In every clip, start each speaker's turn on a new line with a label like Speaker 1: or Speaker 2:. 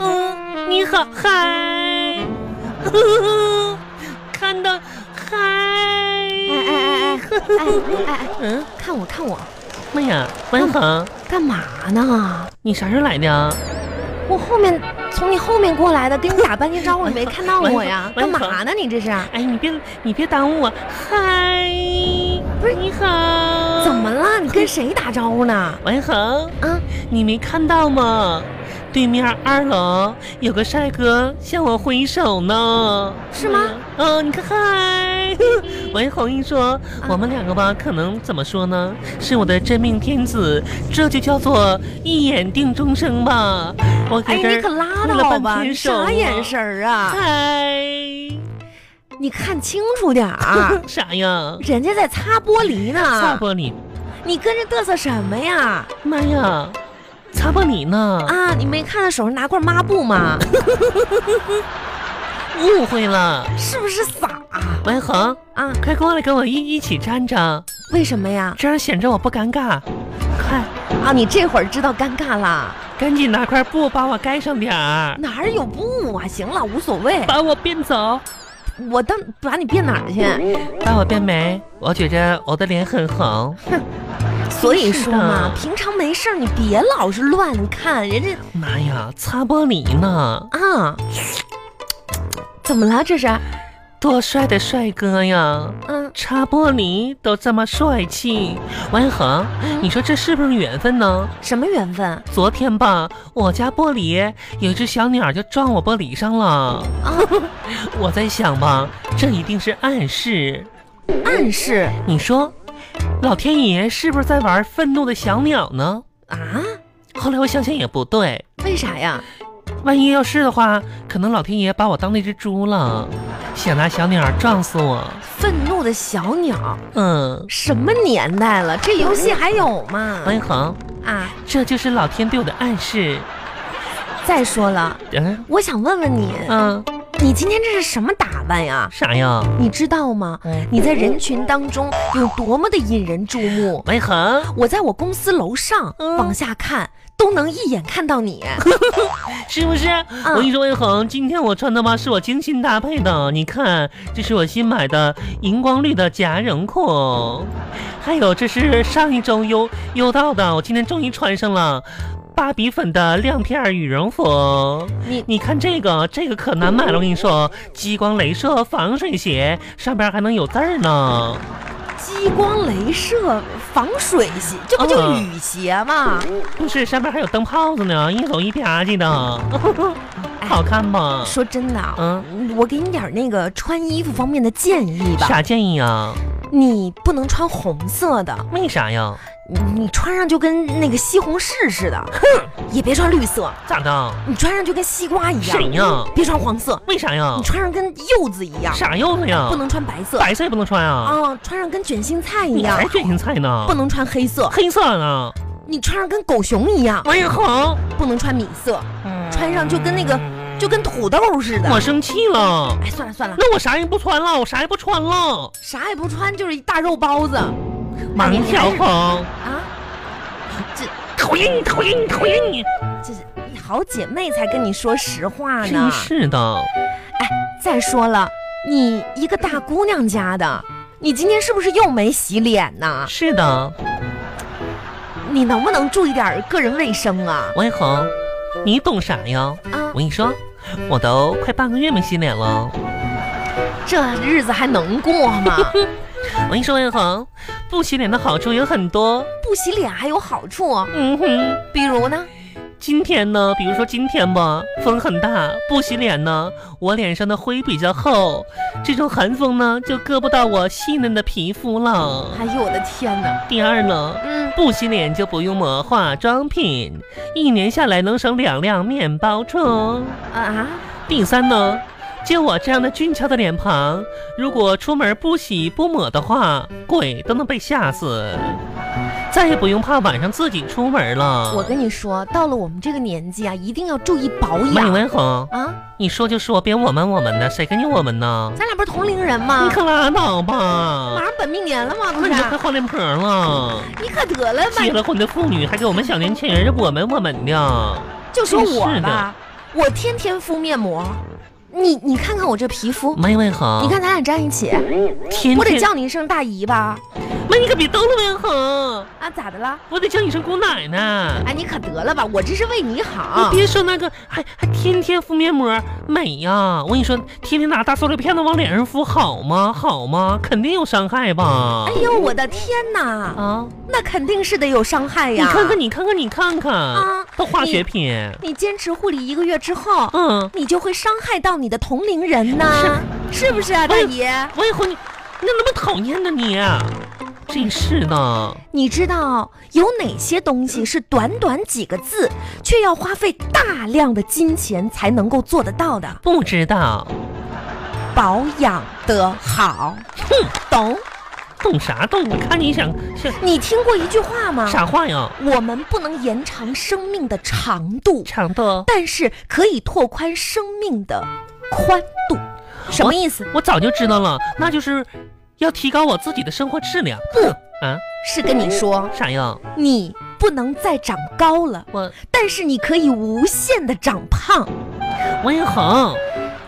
Speaker 1: 嗯，你好嗨，看到嗨，
Speaker 2: 哎哎哎哎哎哎哎，
Speaker 1: 嗯，
Speaker 2: 看我看我，
Speaker 1: 妈呀，万恒，
Speaker 2: 干嘛呢？
Speaker 1: 你啥时候来的啊？
Speaker 2: 我后面从你后面过来的，跟你打半天招呼，你没看到我呀？
Speaker 1: 完
Speaker 2: 干
Speaker 1: 了
Speaker 2: 嘛呢？你这是
Speaker 1: 哎，你别你别耽误我，嗨，
Speaker 2: 不是
Speaker 1: 你好，
Speaker 2: 怎么了？你跟谁打招呼呢？
Speaker 1: 万恒，
Speaker 2: 啊，
Speaker 1: 你没看到吗？对面二楼有个帅哥向我挥手呢，
Speaker 2: 是吗
Speaker 1: 哎呀？嗯、你看嗨， 王红一说，
Speaker 2: 啊
Speaker 1: 我们两个吧，可能怎么说呢？是我的真命天子，这就叫做一眼定终生吧。我
Speaker 2: 哎
Speaker 1: 给
Speaker 2: 呀，
Speaker 1: 这
Speaker 2: 你可
Speaker 1: 儿
Speaker 2: 拉
Speaker 1: 挥了
Speaker 2: 倒
Speaker 1: 半
Speaker 2: 吧！
Speaker 1: 天
Speaker 2: 你
Speaker 1: 手
Speaker 2: 啥眼
Speaker 1: 啊
Speaker 2: 神儿啊？
Speaker 1: 嗨，，
Speaker 2: 你看清楚点儿
Speaker 1: 啥呀？
Speaker 2: 人家在擦玻璃
Speaker 1: 擦
Speaker 2: 呢，
Speaker 1: 玻璃，
Speaker 2: 你跟着嘚瑟什么呀？
Speaker 1: 妈呀，擦玻璃呢？
Speaker 2: 啊，你没看到手上拿块抹布吗？
Speaker 1: 误会了，
Speaker 2: 是不是傻啊？
Speaker 1: 王恒，
Speaker 2: 啊，
Speaker 1: 快过来跟我一一起站着。
Speaker 2: 为什么呀？
Speaker 1: 这样显着我不尴尬。快，
Speaker 2: 啊，你这会儿知道尴尬了，
Speaker 1: 赶紧拿块布把我盖上点儿，
Speaker 2: 哪儿有布啊？行了，无所谓，
Speaker 1: 把我变走，
Speaker 2: 我当把你变
Speaker 1: 嗯
Speaker 2: 哪儿去？
Speaker 1: 把我变没。我觉着我的脸很红。
Speaker 2: 所以说
Speaker 1: 嗯
Speaker 2: 嘛
Speaker 1: 真是的，
Speaker 2: 平常没事儿你别老是乱看，人家
Speaker 1: 妈呀，擦玻璃呢！
Speaker 2: 啊，怎么了这是？
Speaker 1: 多帅的帅哥呀！
Speaker 2: 嗯，
Speaker 1: 擦玻璃都这么帅气，王恒，你说这是不是缘分呢？
Speaker 2: 什么缘分啊？
Speaker 1: 昨天吧，我家玻璃有一只小鸟就撞我玻璃上了。
Speaker 2: 啊
Speaker 1: 我在想吧，这一定是暗示。
Speaker 2: 暗示
Speaker 1: 你说，老天爷是不是在玩愤怒的小鸟呢？
Speaker 2: 啊？
Speaker 1: 后来我想想也不对，
Speaker 2: 为啥呀？
Speaker 1: 万一要是的话，可能老天爷把我当那只猪了，想拿小鸟撞死我。
Speaker 2: 愤怒的小鸟，
Speaker 1: 嗯，
Speaker 2: 什么年代了？这游戏还有吗？
Speaker 1: 王一恒，
Speaker 2: 啊，
Speaker 1: 这就是老天对我的暗示。
Speaker 2: 再说了，
Speaker 1: 嗯
Speaker 2: 我想问问你，
Speaker 1: 嗯，
Speaker 2: 你今天这是什么打扮呀？
Speaker 1: 啥呀？
Speaker 2: 你知道吗？
Speaker 1: 嗯，
Speaker 2: 你在人群当中有多么的引人注目？
Speaker 1: 王一恒，
Speaker 2: 我在我公司楼上
Speaker 1: 嗯
Speaker 2: 往下看，都能一眼看 到你。
Speaker 1: 是不是？我跟你说，王一恒，今天我穿的吧是我精心搭配的，你看，这是我新买的荧光绿的夹绒裤，还有这是上一周邮邮到的，我今天终于穿上了。芭比粉的亮片儿羽绒服，
Speaker 2: 你
Speaker 1: 你看这个，这个可难买了。我跟你说，激光镭射防水鞋，上边还能有字儿呢。
Speaker 2: 激光镭射防水鞋，这不就
Speaker 1: 嗯
Speaker 2: 雨鞋吗？
Speaker 1: 不是，上边还有灯泡子呢，一走一吧唧的，好看吧？
Speaker 2: 说真的啊，
Speaker 1: 嗯
Speaker 2: 我给你点儿那个穿衣服方面的建议吧。
Speaker 1: 啥建议啊？
Speaker 2: 你不能穿红色的，
Speaker 1: 为啥呀？
Speaker 2: 你你穿上就跟那个西红柿似的。哼，也别穿绿色，
Speaker 1: 咋的？
Speaker 2: 你穿上就跟西瓜一样。
Speaker 1: 谁呀
Speaker 2: 别穿黄色，
Speaker 1: 为啥呀
Speaker 2: 你？穿上跟柚子一样。
Speaker 1: 啥柚子呀？
Speaker 2: 不能穿白色。
Speaker 1: 嗯白色也不能穿啊。
Speaker 2: 啊，穿上跟卷心菜一
Speaker 1: 你
Speaker 2: 样
Speaker 1: 还。卷心菜呢？
Speaker 2: 不能穿黑色，
Speaker 1: 黑色呢？
Speaker 2: 你穿上跟狗熊一样。
Speaker 1: 王一恒，
Speaker 2: 不能穿米色，穿上就跟那个就跟土豆似的。
Speaker 1: 嗯我生气了。
Speaker 2: 哎，算了算了，
Speaker 1: 那我啥也不穿了，我啥也不穿了。
Speaker 2: 啥也不穿，就是一大肉包子
Speaker 1: 王小红，
Speaker 2: 啊！
Speaker 1: 讨厌你，讨厌你，讨厌你！
Speaker 2: 这是好姐妹才跟你说实话呢
Speaker 1: 真。是的，
Speaker 2: 再说了，你一个大姑娘家的，你今天是不是又没洗脸呢？
Speaker 1: 是的，
Speaker 2: 你能不能注意点儿个人卫生啊？
Speaker 1: 王一恒，你懂啥呀？
Speaker 2: 啊
Speaker 1: 我，跟你说，我都快半个月没洗脸了。
Speaker 2: 这日子还能过吗？
Speaker 1: 我跟你说，王一恒，不洗脸的好处有很多。
Speaker 2: 不洗脸还有好处，
Speaker 1: 嗯哼。
Speaker 2: 比如呢？
Speaker 1: 今天呢，比如说今天吧，风很大，不洗脸呢，我脸上的灰比较厚，这种寒风呢就割不到我细嫩的皮肤了。
Speaker 2: 哎呦我的天哪！
Speaker 1: 第二呢，
Speaker 2: 嗯，
Speaker 1: 不洗脸就不用抹化妆品，一年下来能省两辆面包车。
Speaker 2: 啊，
Speaker 1: 第三呢，就我这样的俊俏的脸庞，如果出门不洗不抹的话，鬼都能被吓死。再也不用怕晚上自己出门了。
Speaker 2: 我跟你说，到了我们这个年纪啊，一定要注意保
Speaker 1: 孟
Speaker 2: 养
Speaker 1: 文恒，
Speaker 2: 啊！
Speaker 1: 你说就说，别我们我们的，谁跟你我们呢？
Speaker 2: 咱俩不是同龄人吗
Speaker 1: 你？可拉倒吧
Speaker 2: 马！上本命年了吗？不
Speaker 1: 那
Speaker 2: 是
Speaker 1: 你，这快换脸婆了，
Speaker 2: 你可得了吧
Speaker 1: 结！了婚的妇女还给我们小年轻人我们我们的，
Speaker 2: 就说我
Speaker 1: 真是的
Speaker 2: 吧，我天天敷面膜，你你看看我这皮肤，
Speaker 1: 孟文恒，
Speaker 2: 你看咱俩站一起，
Speaker 1: 天
Speaker 2: 我得
Speaker 1: 天，
Speaker 2: 叫你一声大姨吧？
Speaker 1: 妈你可别逗了，文恒，
Speaker 2: 啊，咋的啦？
Speaker 1: 我得叫你声姑奶奶。
Speaker 2: 哎，你可得了吧！我这是为你
Speaker 1: 你
Speaker 2: 好。
Speaker 1: 别说那个，还还天天敷面膜，美呀、我跟你说，天天拿大塑料片子往脸上敷，好吗？好吗？肯定有伤害吧
Speaker 2: 哎？呦，我的天哪，
Speaker 1: 啊！
Speaker 2: 那肯定是得有伤害
Speaker 1: 你
Speaker 2: 哎呀！
Speaker 1: 看看，你看看，你看看，
Speaker 2: 啊
Speaker 1: 都化学品。
Speaker 2: 你坚持护理一个月之后，
Speaker 1: 嗯，
Speaker 2: 你就会伤害到你的同龄人呐，是不是啊，大
Speaker 1: 哎
Speaker 2: 姨？
Speaker 1: 我以后你，你咋那么讨厌呢你？啊真是的，
Speaker 2: 你知道有哪些东西是短短几个字，却要花费大量的金钱才能够做得到的？
Speaker 1: 不知道
Speaker 2: 保养得好，懂？
Speaker 1: 懂啥懂？我看你想想
Speaker 2: 你听过一句话吗？
Speaker 1: 啥话呀？
Speaker 2: 我们不能延长生命的长度，
Speaker 1: 长的，
Speaker 2: 但是可以拓宽生命的宽度。什么意思？
Speaker 1: 我早就知道了，那就是要提高我自己的生活质量。
Speaker 2: 不
Speaker 1: 啊，
Speaker 2: 是跟你说，
Speaker 1: 啥呀？
Speaker 2: 你不能再长高了，
Speaker 1: 我
Speaker 2: 但是你可以无限的长胖。
Speaker 1: 王一恒。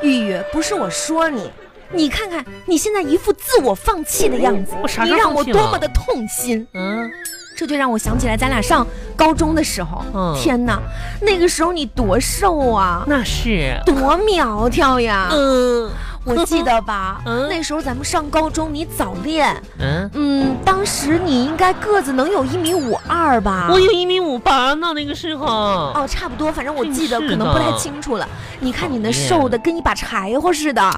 Speaker 2: 玉玉，不是我说你，你看看你现在一副自我放弃的样子
Speaker 1: 我啥，
Speaker 2: 你
Speaker 1: 时候
Speaker 2: 让我
Speaker 1: 放弃
Speaker 2: 多
Speaker 1: 了
Speaker 2: 么的痛心。
Speaker 1: 嗯，
Speaker 2: 这就让我想起来咱俩上高中的时候，
Speaker 1: 嗯
Speaker 2: 天哪，那个时候你多瘦啊，
Speaker 1: 那是，
Speaker 2: 多苗条呀！
Speaker 1: 嗯
Speaker 2: 我记得吧，
Speaker 1: 嗯
Speaker 2: 那时候咱们上高中，你早恋，
Speaker 1: 嗯，
Speaker 2: 嗯，当时你应该个子能有一米五二吧？
Speaker 1: 我有一米五八呢，那个时候。
Speaker 2: 哦，差不多，反正我记得，
Speaker 1: 真
Speaker 2: 可
Speaker 1: 是的
Speaker 2: 能不太清楚了。你看你那
Speaker 1: 讨厌
Speaker 2: 瘦的跟一把柴火似的，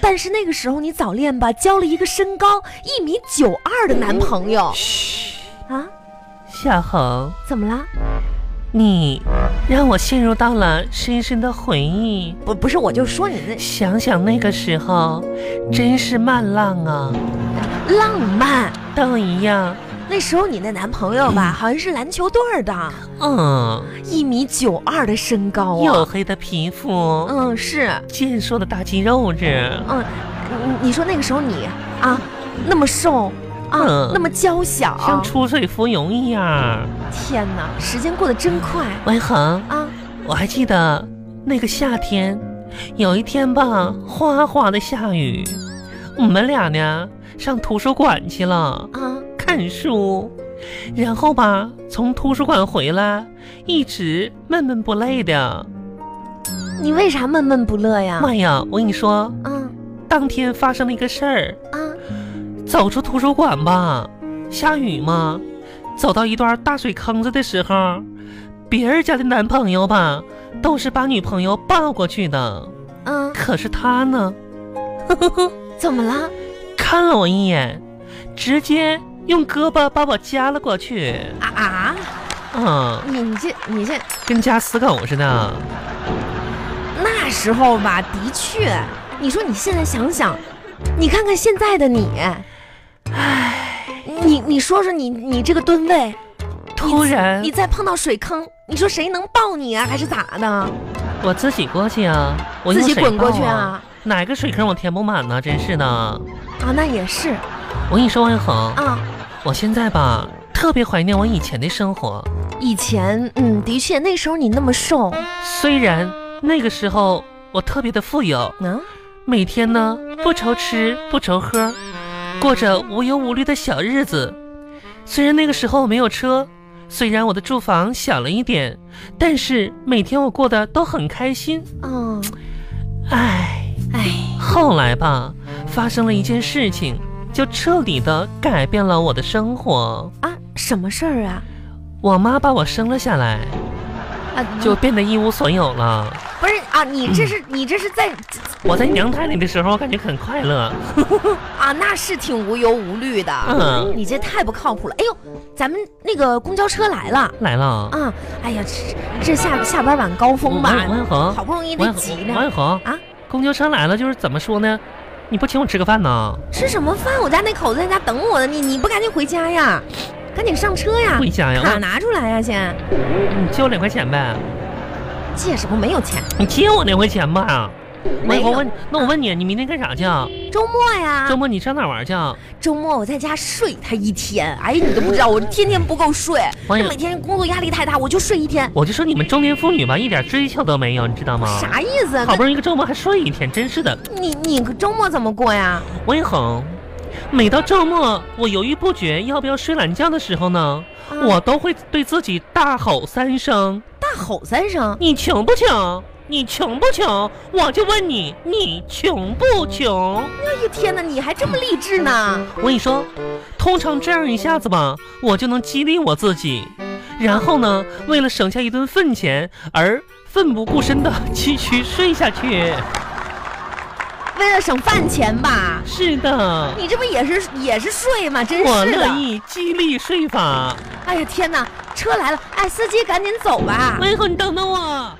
Speaker 2: 但是那个时候你早恋吧，交了一个身高一米九二的男朋友
Speaker 1: 哦嘘，
Speaker 2: 啊？
Speaker 1: 夏恒，
Speaker 2: 怎么啦？
Speaker 1: 你让我陷入到了深深的回忆。
Speaker 2: 不，不是，我就说你
Speaker 1: 想想那个时候，真是漫浪啊，
Speaker 2: 那浪漫。
Speaker 1: 都一样。
Speaker 2: 那时候你那男朋友吧，好像是篮球队儿的，
Speaker 1: 嗯，
Speaker 2: 一米九二的身高
Speaker 1: 黝
Speaker 2: 啊。
Speaker 1: 黑的皮肤，
Speaker 2: 嗯，是，
Speaker 1: 健硕的大肌肉子。
Speaker 2: 嗯，你你说那个时候你啊，那么瘦啊，
Speaker 1: 嗯
Speaker 2: 那么娇小，
Speaker 1: 像出水芙蓉一样，
Speaker 2: 天哪，时间过得真快
Speaker 1: 文恒，
Speaker 2: 啊！
Speaker 1: 我还记得那个夏天，有一天吧，哗哗的下雨，我们俩呢上图书馆去了
Speaker 2: 啊，
Speaker 1: 看书，然后吧从图书馆回来，一直闷闷不乐的。
Speaker 2: 你为啥闷闷不乐呀？
Speaker 1: 妈呀，我跟你说，
Speaker 2: 嗯
Speaker 1: 当天发生了一个事儿，
Speaker 2: 啊，
Speaker 1: 走出图书馆吧，下雨嘛，走到一段大水坑子的时候，别人家的男朋友吧都是把女朋友抱过去的。
Speaker 2: 嗯，
Speaker 1: 可是他呢，
Speaker 2: 怎么了？
Speaker 1: 看了我一眼，直接用胳膊把我夹了过去，
Speaker 2: 啊啊！
Speaker 1: 嗯，
Speaker 2: 你你这你这
Speaker 1: 跟夹死狗似的。
Speaker 2: 那时候吧，的确，你说你现在想想，你看看现在的你，唉，你你说说你你这个吨位，
Speaker 1: 突然
Speaker 2: 你，再碰到水坑，你说谁能抱你啊？还是咋的？
Speaker 1: 我自己过去啊，我用
Speaker 2: 自己
Speaker 1: 谁
Speaker 2: 滚过去
Speaker 1: 抱
Speaker 2: 啊！
Speaker 1: 哪个水坑我填不满呢？真是的，
Speaker 2: 啊，那也是
Speaker 1: 我跟你说，王一恒，
Speaker 2: 啊。
Speaker 1: 我现在吧特别怀念我以前的生活，
Speaker 2: 以前，嗯，的确，那时候你那么瘦，
Speaker 1: 虽然那个时候我特别的富有，
Speaker 2: 嗯，
Speaker 1: 每天呢不愁吃不愁喝，过着无忧无虑的小日子。虽然那个时候没有车，虽然我的住房小了一点，但是每天我过得都很开心。
Speaker 2: 嗯，
Speaker 1: 唉，
Speaker 2: 哎，
Speaker 1: 后来吧，发生了一件事情，就彻底的改变了我的生活。
Speaker 2: 啊，什么事儿啊？
Speaker 1: 我妈把我生了下来，
Speaker 2: 啊，
Speaker 1: 就变得一无所有了。
Speaker 2: 不是啊，你这是你这是在
Speaker 1: 我在娘胎里的时候，我感觉很快乐。
Speaker 2: 啊，那是挺无忧无虑的。
Speaker 1: 嗯
Speaker 2: 你这太不靠谱了。哎呦，咱们那个公交车来了
Speaker 1: 来了，
Speaker 2: 啊！哎呀，这这下下班晚高峰吧
Speaker 1: 王王一，恒
Speaker 2: 好不容易得
Speaker 1: 王
Speaker 2: 挤
Speaker 1: 永王
Speaker 2: 呢
Speaker 1: 永。恒
Speaker 2: 啊，
Speaker 1: 公交车来了，就是怎么说呢？你不请我吃个饭呢？
Speaker 2: 啊吃什么饭？我家那口子在家等我呢，你你不赶紧回家呀？赶紧上车呀！
Speaker 1: 回家呀
Speaker 2: 卡拿出来呀，先。
Speaker 1: 你借我两块钱呗，
Speaker 2: 借什么？没有钱。
Speaker 1: 你借我两块钱吧。
Speaker 2: 没有
Speaker 1: 我问，那我问你，你明天干啥去啊？
Speaker 2: 周末呀，
Speaker 1: 周末你上哪玩去啊？
Speaker 2: 周末我在家睡他一天。哎，你都不知道，我天天不够睡，
Speaker 1: 哎呀
Speaker 2: 这每天工作压力太大，我就睡一天，
Speaker 1: 我就说你们中年妇女吧，一点追求都没有，你知道吗？
Speaker 2: 啥意思？啊
Speaker 1: 好不容易一个周末还睡一天，真是的。
Speaker 2: 你你周末怎么过呀？
Speaker 1: 我也很，每到周末我犹豫不决要不要睡懒觉的时候呢，
Speaker 2: 啊
Speaker 1: 我都会对自己大吼三声
Speaker 2: 大吼三声：“，
Speaker 1: 你穷不穷？你穷不穷？”我就问你，你穷不穷？
Speaker 2: 哎呀天哪，你还这么励志呢？
Speaker 1: 我跟你说，通常这样一下子吧，我就能激励我自己，然后呢，为了省下一顿饭钱而奋不顾身的继续睡下去。
Speaker 2: 为了省饭钱吧？
Speaker 1: 是 的，
Speaker 2: 你这不也是也是睡吗？真
Speaker 1: 我
Speaker 2: 是
Speaker 1: 乐
Speaker 2: 的！
Speaker 1: 意激励睡法。
Speaker 2: 哎呀天哪，车来了，哎，司机赶紧走吧。
Speaker 1: 喂，恒，你等等我。